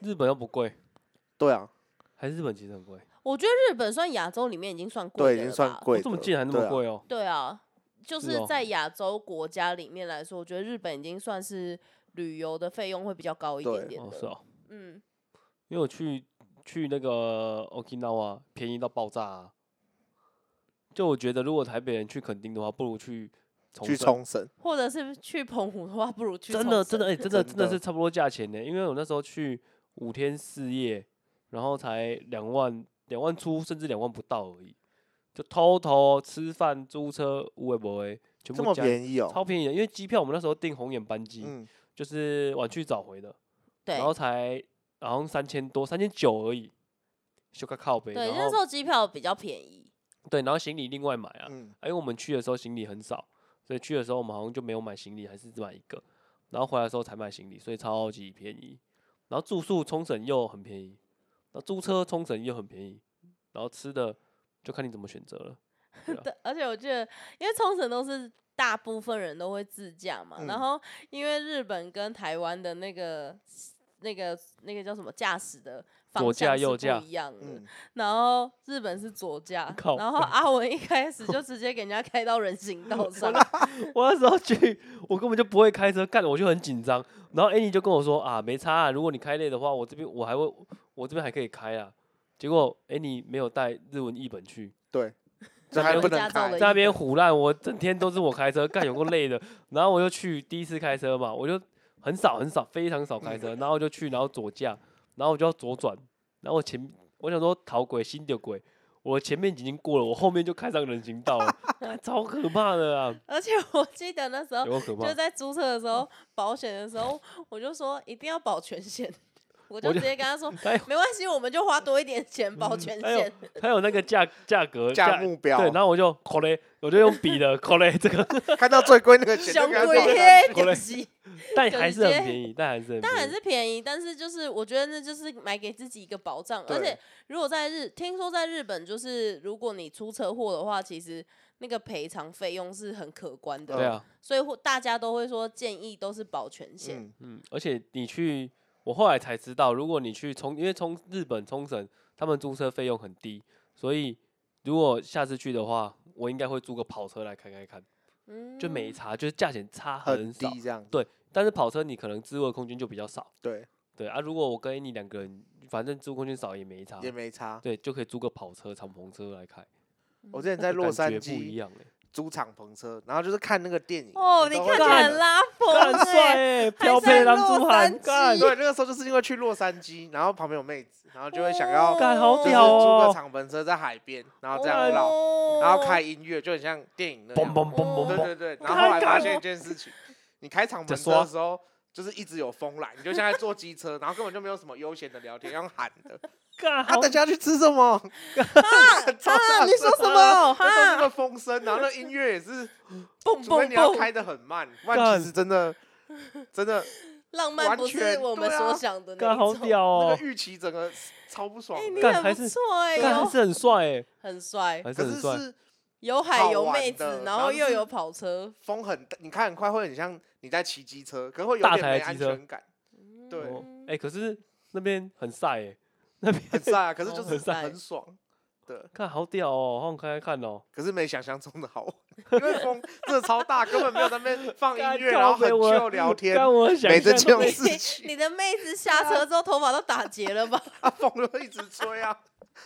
A: 日本又不贵，
B: 对啊，
A: 还是日本其实很贵，
C: 我觉得日本算亚洲里面已经算贵
B: 对，
C: 的
B: 已经
C: 了
B: 算
C: 吧
A: 哦
B: 贵的，
A: 这么近还那
B: 对
A: 么
B: 啊
A: 贵哦，
C: 对啊，就是是
A: 哦
C: 在亚洲国家里面来说，我觉得日本已经算是旅游的费用会比较高一点
B: 对
C: 点
A: 哦
C: 的。
A: 是哦，
C: 嗯，
A: 因为我去去那个 Okinawa 便宜到爆炸、啊，就我觉得如果台北人去垦丁的话，不如去冲
B: 去
A: 绳
B: 冲绳，
C: 或者是去澎湖的话，不如去
A: 真的
C: 冲绳
A: 真的哎、真的
B: 真
A: 真的
B: 的
A: 是差不多价钱呢，因为我那时候去五天四夜，然后才两万两万出，甚至两万不到而已，就偷偷吃饭、租车、无为不为，全
B: 这
A: 部
B: 么
A: 加
B: 便宜哦、
A: 超便宜的，因为机票我们那时候订红眼班机，
B: 嗯，
A: 就是晚去早回的，
C: 对
A: 然后才好像三千多，三千九而已，修个靠背，
C: 对，
A: 然
C: 那时
A: 后
C: 候机票比较便宜，
A: 对，然后行李另外买啊，
B: 嗯，
A: 因为我们去的时候行李很少，所以去的时候我们好像就没有买行李，还是只买一个，然后回来的时候才买行李，所以超级便宜。然后住宿冲绳又很便宜，然后租车冲绳又很便宜，然后吃的就看你怎么选择了。对啊
C: 对，而且我记得，因为冲绳都是大部分人都会自驾嘛，
B: 嗯
C: 然后因为日本跟台湾的那个、那个、那个叫什么驾驶的方
A: 左驾
C: 向是
A: 右驾
C: 不一样的，
B: 嗯，
C: 然后日本是左驾，
A: 靠
C: 然后阿文一开 始就直接给人家开到人行道上，
A: 我那时候去，我根本就不会开车，干我就很紧张。然后 Annie 就跟我说啊，没差、啊，如果你开累的话，我这边我还会，我这边还可以开啊。结果 Annie 没有带日文译本去，
B: 对，
A: 在
B: 这还
A: 那
B: 不
A: 个
B: 能
C: 驾照
B: 开
C: 的，
A: 在那边胡乱，我整天都是我开车，干有够累的。然后我就去第一次开车嘛，我就很少很少，非常少开车，然后就去，然后左驾，然后我就要左转，然后我前我想说逃鬼新的鬼，我前面已经过了，我后面就开上人行道 了，干超可怕的啊，
C: 而且我记得那时候
A: 有够可怕
C: 就。在租车的时 候，保险的时候，我就说一定要保全险， 我就
A: 我就嗯
C: 直接跟 他说
A: 还有
C: 没关系，我们就花多一点钱保全
A: 还有
C: 险。
A: 还有那个价价格
B: 价目标哦
A: 对，然后我就 c o l 我就用笔 的 c o l 这 个，
B: 看到最贵那个钱就
C: 熊
B: 给它报
C: 龟
B: 上
C: 贴
B: 去
A: 过来
C: 就是，
A: 但
C: 就
A: 还
C: 直
A: 是很
C: 接
A: 便宜，但还是很
C: 当然
A: 便宜
C: 是便宜，但是就是我觉得那就是买给自己一个保障。而
B: 对
C: 且如果在日，听说在日本就是如果你出车祸的话，其实那个赔偿费用是很可观的。
A: 对啊，
C: 所以会大家都会说建议都是保全险。
B: 嗯，
A: 嗯，而且你去，我后来才知道，如果你去冲，因为冲日本冲绳，他们租车费用很低，所以如果下次去的话，我应该会租个跑车来开开看，
C: 嗯，
A: 就没差，就是价钱差
B: 很
A: 少，
B: 低这样，
A: 但是跑车你可能自握空间就比较少，
B: 对，
A: 对啊，如果我跟你两个人，反正租空间少也没差，
B: 也没差。
A: 对，就可以租个跑车、敞篷车来开，
C: 嗯
B: 我之前
A: 那
B: 在
A: 个
B: 洛
A: 感
B: 杉
A: 觉不一
B: 矶
A: 样哎、
B: 租敞篷车，然后就是看那个电影啊
C: 哦，你
B: 都
C: 看
B: 会
C: 起来
A: 干
C: 很拉风
A: 干
C: 哎、
A: 帅
B: 欸
A: 哎、飘
C: 在
A: 配狼
C: 洛
A: 珠
C: 杉
A: 喊干
C: 矶。
B: 对，那个时候就是因为去洛杉矶，然后旁边有妹子，然后就会想要
C: 哦
A: 干好
B: 就是
A: 屌
B: 租个
A: 哦！
B: 敞篷车在海边，然后这样绕，
C: 哦
B: 然后开音乐，就很像电影那
A: 嘣
B: 样。
A: 嘣嘣嘣
B: 对
A: 嘣！
B: 对对，然后后来
A: 干
B: 发
A: 干
B: 现一件事情，你开敞篷
A: 在
B: 车
A: 刷
B: 的时候，就是一直有风来，你就像在坐机车，然后根本就没有什么悠闲的聊天，要用喊的。
A: 干
B: 啊，
A: 好
B: 等下去吃什么？ 超
C: 啊！
B: 大
C: 你
B: 声
C: 说什么？
B: 那时候那
C: 哈，
B: 个风声，然后那音乐也是，
C: 蹦
B: 除非
C: 蹦
B: 你要
C: 蹦，
B: 开的很慢，不然
A: 干
B: 其实真的真的
C: 浪漫
B: 完
C: 不是
B: 全
C: 我们
B: 对啊
C: 所想的那
A: 干好
C: 一种。
A: 屌
B: 那
A: 哦
B: 个！预期整个超不爽
C: 哎，
B: 的。
C: 你
A: 干
C: 很
A: 还
C: 不
A: 是
C: 错哎，
A: 干还
C: 有
A: 是很帅哎，
C: 很帅，
A: 还是
B: 可
A: 很
B: 是
A: 帅。
B: 是
C: 有海有
B: 好玩
C: 妹子
B: 的，
C: 然
B: 然
C: 后
B: 后
C: 又
B: 是
C: 有跑车，
B: 风很大，你开很快会很像你在骑机车，可能会有
A: 大
B: 点
A: 台
B: 没
A: 的
B: 安
A: 机车
B: 全感，对
A: 哦
C: 嗯
A: 哎、可是那边很晒哎、那边
B: 很帅啊，可是
C: 哦
B: 就是
C: 很帅
B: 很爽。对，
A: 看好屌哦，好想开开看哦。
B: 可是没想象中的好玩， 因为风真的超大，根本没有在那边放音
A: 干
B: 乐，
A: 靠
B: 然后很
A: 北我
B: chill 聊天，
A: 干我想
B: 没这
A: 象
B: 种
A: 中
B: 事情
C: 你的妹子下车之后头发都打结了吧？
B: 啊，风就一直吹啊，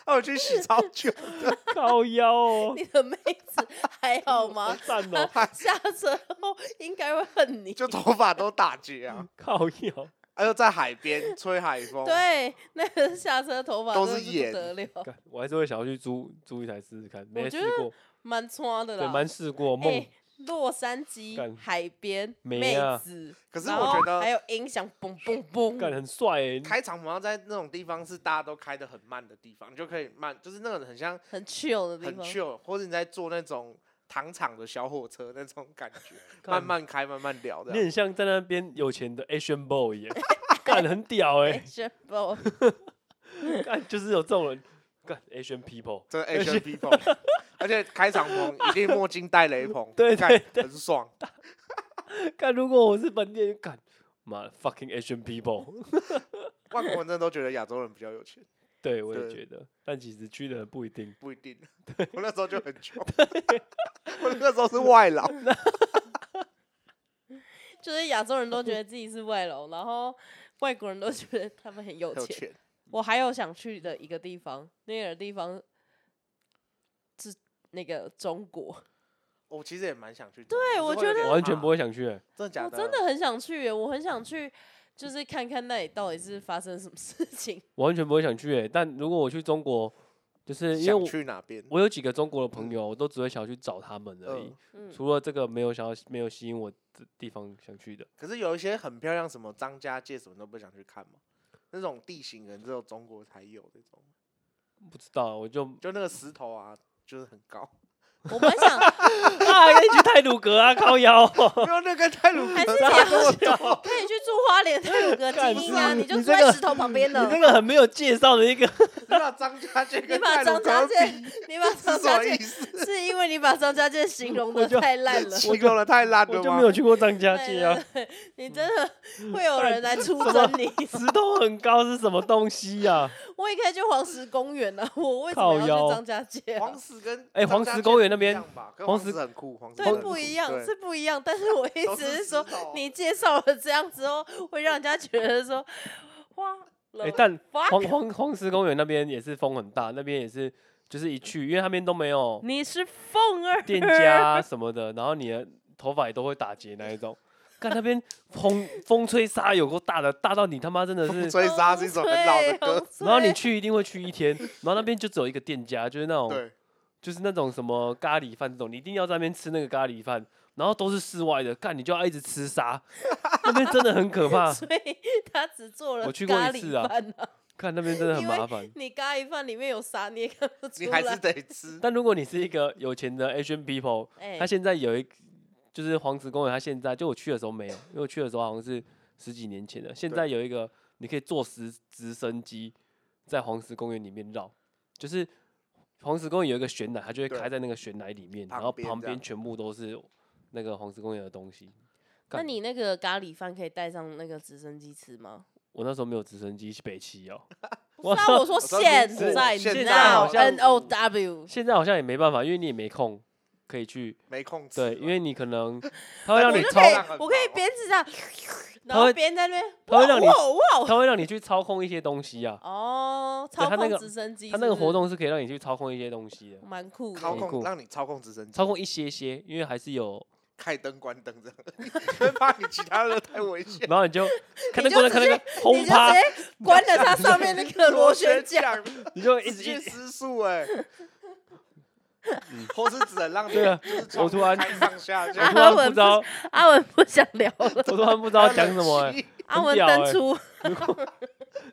B: 啊，我去洗超久的，
A: 靠腰哦，
C: 你的妹子还
A: 好
C: 好吗？
A: 赞哦，
C: 下车后应该会恨你。
B: 就头发都打结啊，
A: 靠腰。
B: 还有在海边吹海风，
C: 对，那个下车头发
B: 都
C: 真
B: 是
C: 的
B: 盐
C: 不得了，
A: 干我还是会想要去租租一台试试看，没
C: 我
A: 试
C: 觉得
A: 过，
C: 蛮穿的
A: 对，
C: 啦。
A: 蛮试过
C: 哎
A: 梦、
C: 洛杉矶
A: 干
C: 海边妹
A: 没啊
C: 子，
B: 可是
C: 然
B: 我
C: 后
B: 觉得
C: 还有音响嘣嘣
A: 干
C: 嘣，
A: 很帅哎、
B: 开敞篷要在那种地方是大家都开的很慢的地方，你就可以慢，就是那种很像
C: 很 chill 的地
B: 很
C: 方。
B: chill，或者你在坐那种糖厂的小火车那种感觉，
A: 干
B: 慢啊慢开，慢慢聊
A: 你
B: 的。
A: 很像在那边有钱的 Asian boy 耶、 干很屌哎、
C: Asian boy
A: 干就是有这种人，干 Asian people，
B: 这 Asian people，而且开敞篷一定墨镜戴雷朋，
A: 对
B: 干
A: 对
B: 很爽。
A: 干如果我是本地人，干妈的 fucking Asian people。
B: 外国人真的都觉得亚洲人比较有钱，
A: 对，我也
B: 对
A: 觉得，但其实去的人不一定。
B: 不一定。我那时候就很穷， 我那时候是外劳，
C: 就是亚洲人都觉得自己是外劳，然后外国人都觉得他们很有
B: 很有
C: 钱。
B: 钱。
C: 我还有想去的一个地方，那个地方是那个中国，
B: 我其实也蛮想去中国，
C: 对
B: 可是
C: 我
B: 有
C: 觉
B: 点
A: 我完全
B: 怕
A: 不会想去、欸，
B: 真的假
C: 我
B: 的，
C: 真的很想去耶，我很想去，就是看看那里到底是发生什么事情。
A: 我完全不会想去、欸。但如果我去中国，就是因为
B: 想
A: 我
B: 去哪边？
A: 我有几个中国的朋友，我都只会想要去找他们而已。
B: 嗯，
C: 嗯，
A: 除了这个，没有想要没有吸引我的地方想去的。
B: 可是有一些很漂亮，什么张家界什么都不想去看嘛。那种地形可能只有中国才有那种，
A: 不知道，我就
B: 就那个石头啊，就是很高。
C: 我本来想
A: 啊，要去泰鲁格啊，靠腰、
B: 没有那个泰鲁
C: 还
B: 格
C: 是
B: 差多
C: 讲，可以去住花莲泰鲁阁
A: 干
C: 精
A: 是
C: 英
A: 啊
C: 啊，你
A: 你
C: 就
A: 这
C: 住在
A: 个
C: 石头旁边
A: 你
C: 的
A: 那。个很没有介绍的一个，
B: 你把张家界
C: 你
B: 跟
C: 把
B: 泰鲁
C: 张家
B: 格
C: 界
B: 比，
C: 你把
B: 是
C: 张
B: 什
C: 家
B: 么意
C: 界
B: 思？
C: 是因为你把张家界形容的
A: 我就
C: 太烂 了，
B: 形容的太烂
A: 我
B: 了
A: 就
B: 吗
A: 没？有去过张家
C: 对
A: 界啊。
C: 对对你真的会有人来出
A: 什
C: 征你。
A: 石头很高是什么东西呀、啊？
C: 我也可以去黄石公园啊， 我为什么
A: 靠
C: 要
A: 腰
C: 去张家界、啊
B: 黄？石跟
A: 哎
B: 张
A: 黄
B: 家
A: 石
B: 界
A: 公园那
B: 不一
A: 边
B: 样吧，跟
A: 黄
B: 黄
A: 石
B: 石很酷，黄石
C: 对，
B: 很酷
C: 不一样
B: 对
C: 是不一样，但是我一
B: 都
C: 直
B: 是石
C: 是说，
B: 头
C: 你介绍了这样之后，会让人家觉得说，哇，
A: 哎、
C: 了
A: 但黄
C: fuck，
A: 黄黄石公园那边也是风很大，那边也是就是一去，因为那边都没有
C: 你是凤儿，
A: 店家啊什么的，然后你的头发也都会打结那一种。看那边风风吹沙有够大的，大到你他妈真的
B: 风
A: 是，
B: 吹沙是一首很老的歌，，
A: 然后你去一定会去一天，然后那边就只有一个店家，就是那种
B: 对，
A: 就是那种什么咖喱饭这种，你一定要在那边吃那个咖喱饭，然后都是室外的，干你就要一直吃沙，那边真的很可怕
C: 所以他只做了
A: 啊我去过
C: 咖
A: 一次
C: 喱
A: 啊
C: 饭啊，
A: 看那边真的很
C: 因为
A: 麻烦。
C: 你咖喱饭里面有啥你也看不出
B: 你还是
C: 来。
B: 得吃。
A: 但如果你是一个有钱的 Asian people，
C: 哎
A: 他现在有一就是黄石公园，他现在就我去的时候没有，因为我去的时候好像是十几年前的，现
B: 对
A: 在有一个你可以坐直直升机在黄石公园里面绕，就是黄石公园有一个悬崖，它就会
B: 对
A: 开在那个悬崖里面，然
B: 旁
A: 后
B: 边
A: 旁
B: 这样
A: 边全部都是那个黄石公园的东西。
C: 那
A: 干
C: 你那个咖喱饭可以带上那个直升机吃吗？
A: 我那时候没有直升机去北汽 哦、
C: 不
A: 我
C: 是啊，我
A: 说
C: 说
B: 说
C: 现
B: 如
A: 果
C: 在
B: 现
A: 在好
C: now
A: 像
C: N O W，
A: 现在好像也没办法，因为你也没空可以去，
B: 没空吃了，
A: 对，因为你可 能他会让
C: 我
A: 你
C: 就
A: 超
C: 可以
B: 超，
C: 我可以边吃这样，
A: 他
C: 然后
A: 哦会
C: 边在那边，
A: 他会让你
C: 哇哇哇
A: 他会让你去操控一些东西啊，
C: 哦，
A: 对
C: 操
A: 他那
C: 控
A: 个
C: 直升机是不
A: 他那
C: 是，
A: 个活动是可以让你去操控一些东西的，
C: 蛮酷
B: 操
C: 的。
A: 没
B: 控
A: 空
B: 让你操控直升机，
A: 操控一些些，因为还是 有，
B: 开灯关灯这样， 因为怕你其他的太危险。
A: 然后你就看那
C: 你
A: 过
C: 就
A: 来看
C: 直
A: 那
C: 接
A: 个轰
C: 你就
A: 趴
C: 直，接关了它 上面那个螺旋桨，
B: 桨
A: 你就一
B: 直
A: 直
B: 接
A: 一直
B: 失速哎， 或是只能让你
A: 嗯对啊
B: 就是
A: 我突然
B: 从开上下
A: 我突
B: 下
C: 阿
A: 然不
C: 文
A: 知道，
C: 阿文不想聊了，
A: 我突然不知道讲什 么、欸，
C: 阿文
A: 屌
C: 登
A: 欸
C: 出，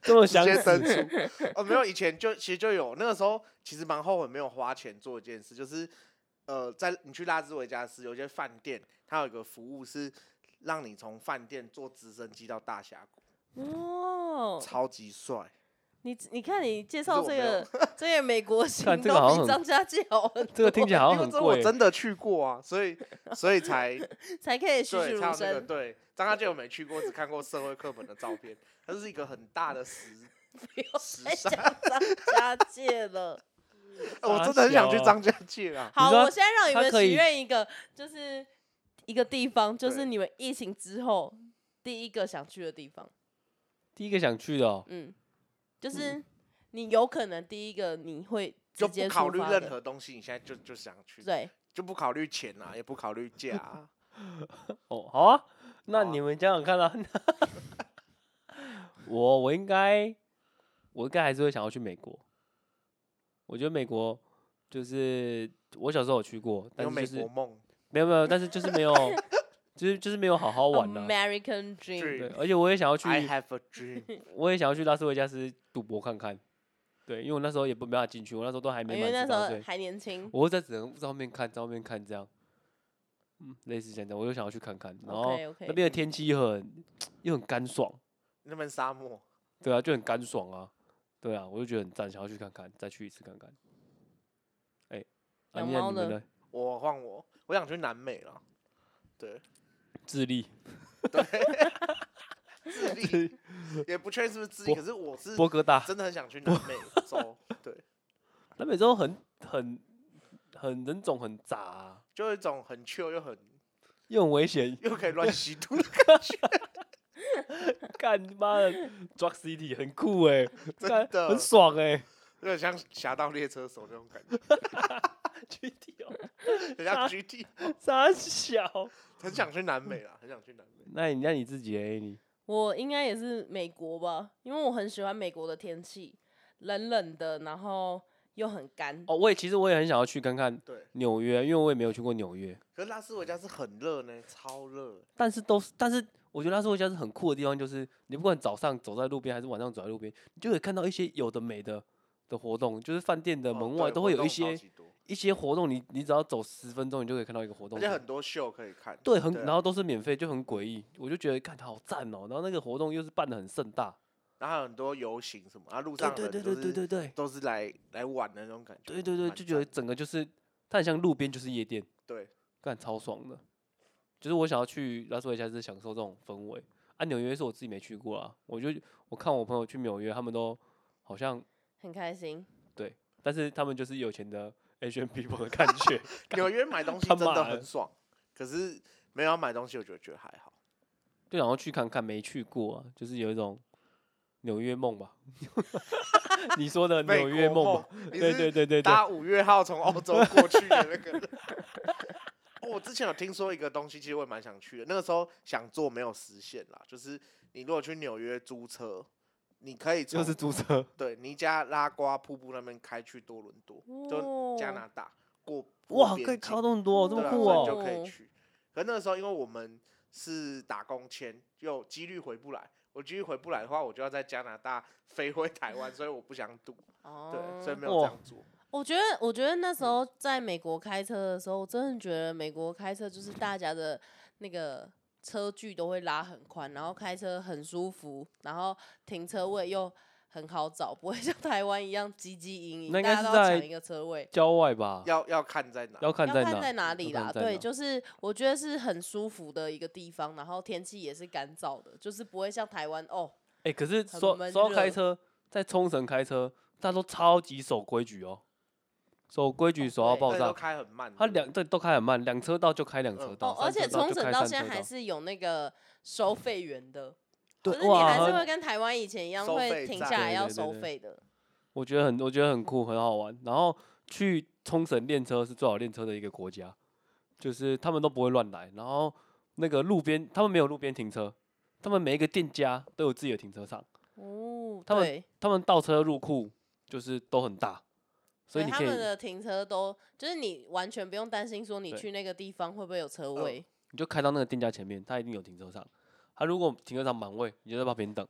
A: 这么
B: 直
A: 详
B: 接登
A: 细，
B: 出。哦，没有，以前就其实就有，那个时候其实蛮后悔没有花钱做一件事，就是呃，在你去拉斯维加斯有一些饭店，它有一个服务是让你从饭店坐直升机到大峡谷，
A: 哦
C: 哇，
B: 超级帅。
C: 你你看你介绍
B: 可
C: 这
B: 是我没有
C: 个这个美国行
A: 看
C: 都
A: 这个好像
C: 比
A: 很
C: 张家界好很
A: 这个听起来好
B: 因
A: 像
B: 为
A: 很
B: 这我
A: 贵欸，
B: 真的去过啊，所以所以才
C: 才可以栩
B: 对，才
C: 栩如
B: 有那个
C: 生。
B: 对。张家界我没去过，只看过社会课本的照片，它就是一个很大的石。
C: 不要
B: 时
C: 再
B: 尚
C: 讲张家界了。
B: 哎我真的很想去
A: 傻小啊
B: 张家界啊！
C: 好，
A: 你说
C: 我现在让你
A: 他
C: 们
A: 可
C: 许
A: 以
C: 愿一个，就是一个地方，就
B: 对
C: 是你们疫情之后第一个想去的地方。
A: 第一个想去的、哦，
C: 嗯，就是你有可能第一个你会直
B: 就
C: 接
B: 不考
C: 出
B: 虑
C: 发
B: 任
C: 的
B: 何东西，你现在就就想去，
C: 对，
B: 就不考虑钱啊，也不考虑价啊。
A: 哦，好啊，那
B: 好啊
A: 你们想想看啊， 我我应该我应该还是会想要去美国，我觉得美国就是我小时候有去过，但
B: 有
A: 是就
B: 美
A: 是
B: 国梦，
A: 没有没有，但是就是没 有，就是就是没有好好玩
C: 哦
A: 啊。
C: American Dream，
B: Dream
A: 对，而且我也想要去
B: I
C: 哎
B: have a dream，
A: 我也想要去拉斯维加斯赌博看看。对，因为我那时候也不没办法进去，我那时候都还没
C: 因为
A: 满
C: 那
A: 十
C: 时
A: 八
C: 候
A: 岁，
C: 还年轻。
A: 我会在只能在外面看，在外面看这样。嗯，类似这样的，我就想要去看看。然后
C: OK，OK
A: 那边的天气又很又很干爽，
B: 那边沙漠，
A: 对啊，就很干爽啊，对啊，我就觉得很赞，想要去看看，再去一次看看。哎、啊，
C: 养
A: 你呢
C: 猫
A: 你们
C: 呢
A: 呢？
B: 我换我，我想去南美了，对，
A: 智利
B: 智利也不确定是不是智利，
A: 波
B: 可是我是
A: 波哥大，
B: 真的很想去南美洲，对，
A: 南美洲很很很人种很杂、啊，
B: 就有一种很 chill 又很
A: 又很危险，
B: 又可以乱吸毒的感
A: 干你妈的 Drug City 很酷哎、
B: 真
A: 干
B: 的
A: 很爽哎、
B: 觉，有点像侠盗猎车手那种感觉，
A: 去掉
B: 很像 GT，
A: 傻小。 嗯
B: 很想去南美啦，很想去南美。欸
A: 那你那你自己哎、你
C: 我应该也是美国吧，因为我很喜欢美国的天气，冷冷的，然后又很干。
A: 哦，我也其实我也很想要去看看
B: 对，
A: 纽约，因为我也没有去过纽约，
B: 可是拉斯维加斯很热呢，超热。
A: 但是都是，但是我觉得拉斯维加斯很酷的地方就是，你不管早上走在路边还是晚上走在路边，你就可以看到一些有的没的的活动，就是饭店的
B: 哦
A: 门外
B: 对
A: 都会
B: 活
A: 有一
B: 动超
A: 些
B: 级多
A: 一些活动，你你只要走十分钟，你就可以看到一个活动
B: 而
A: 出
B: 且
A: 来。
B: 很多秀可以看。
A: 对，很
B: 对啊
A: 然后都是免费，就很诡异，我就觉得看好赞哦、然后那个活动又是办的很盛大，
B: 然后还有很多游行什么，啊，路
A: 对
B: 上
A: 对
B: 人
A: 对
B: 都
A: 对对
B: 是
A: 对对
B: 都是来来玩的那种感觉。
A: 对对对，
B: 蛮
A: 就觉得
B: 赞
A: 整个就是它很像路边就是夜店，
B: 对，
A: 干超爽的。就是我想要去拉斯维加斯享受这种氛围啊，纽约是我自己没去过啊，我就我看我朋友去纽约，他们都好像，
C: 很开心，
A: 但是他们就是有钱的 Asian people 的感 觉，
B: 纽约买东西
A: 他
B: 真的
A: 妈的
B: 很爽，可是没有要买东西，我觉得觉得还好。
A: 就想要去看看，没去过啊，就是有一种纽约梦 吧。你说的
B: 美
A: 纽约
B: 国
A: 梦吧，
B: 梦，
A: 对
B: 你
A: 对
B: 是
A: 对对对，
B: 搭五月号从欧洲过去的 那个。哦，我之前有听说一个东西，其实我也蛮想去的。那个时候想做没有实现啦，就是你如果去纽约租车，你可以从
A: 就是租车，
B: 对尼加拉瓜瀑布那边开去多伦多，就加
C: 哦
B: 拿大过过
A: 哇，
B: 边
A: 可以
B: 境
A: 靠那么多哦，这
B: 对
A: 么
B: 啦
A: 酷
B: 所以
A: 哦
B: 你就可以
C: 哦
B: 去。可那个时候因为我们是打工签，又几率回不来。我几率回不来的话，我就要在加拿大飞回台湾，所以我不想赌，
C: 哦
B: 对，所以没有这
A: 哇
B: 样做。
C: 我觉得，我觉得那
A: 嗯
C: 时候在美国开车的时候，我真的觉得美国开车就是大家的那个车距都会拉很宽，然后开车很舒服，然后停车位又很好找，不会像 台湾一样唧唧营营，
A: 那
C: 大
A: 应该
C: 家
A: 是
C: 都要
A: 在
C: 抢一个车位。
A: 郊外吧，
B: 要要看在哪，
A: 要看
C: 要
A: 在
C: 看在
A: 哪，
C: 哪里
A: 要看
C: 啦，
A: 在
C: 对，
A: 哪
C: 就是我觉得是很舒服的一个地方，然后天气也是干燥的，就是不会像台湾哦，
A: 哎、可是
C: 很
A: 说
C: 闷
A: 说到开
C: 热
A: 车，在冲绳开车，大家都超级守规矩哦，守规矩守到
C: 对
A: 爆
B: 对
A: 炸
B: 都。开很慢。
A: 他
B: 对不对
A: 两对都开很慢，两车道就开两车
B: 嗯
A: 道，
C: 哦，而且
A: 三车道
C: 冲
A: 就
C: 绳
A: 开
C: 到
A: 三
C: 现在
A: 车
C: 还
A: 道
C: 是有那个收费员的，可
A: 对
C: 是你还是
A: 哇
C: 会，跟台湾以前一样，
B: 收
C: 会
B: 费
C: 停
B: 站
C: 下来
A: 对
C: 要
A: 对对
C: 收
A: 对
C: 费的。
A: 我觉得很我觉得很酷，很好玩。然后去冲绳练车是最好练车的一个国家，就是他们都不会乱来，然后那个路边他们没有路边停车，他们每一个店家都有自己的停车场，
C: 哦，
A: 他们
C: 对，
A: 他们倒车入库就是都很大，所以
C: 对
A: 你
C: 他
A: 可以
C: 们的停车都就是你完全不用担心说你
A: 对哦
C: 去那个地方会不会有 车位。
A: 你就开到那个店家前面，他一定有停车场。他如果停车场满位，你就在旁边等，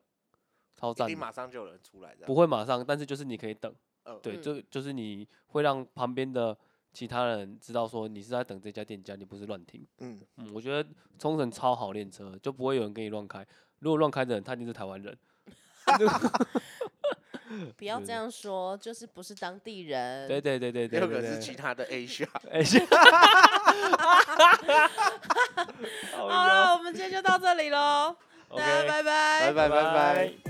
A: 超
B: 一
A: 赞
B: 定
A: 的。
B: 马上就有人出来这样。
A: 不会马上，但是就是你可以等，
B: 嗯
A: 对，
C: 嗯
A: 就就是你会让旁边的其他人知道说你是在等这家店家，你不是乱停。
B: 嗯，
A: 嗯，我觉得冲绳超好练车，就不会有人跟你乱开。如果乱开的人，他一定是台湾人。
C: 不要这
A: 对
C: 样说，就是不是当地人。
A: 对对对对对
B: 嗯有
A: 对
B: 可是
A: 对
B: 其。他的 A 下，
A: 哎，是 好
C: 好了，我们今天就到这里喽，大家
A: 哦 ，OK，
C: 拜拜
B: 拜拜拜拜。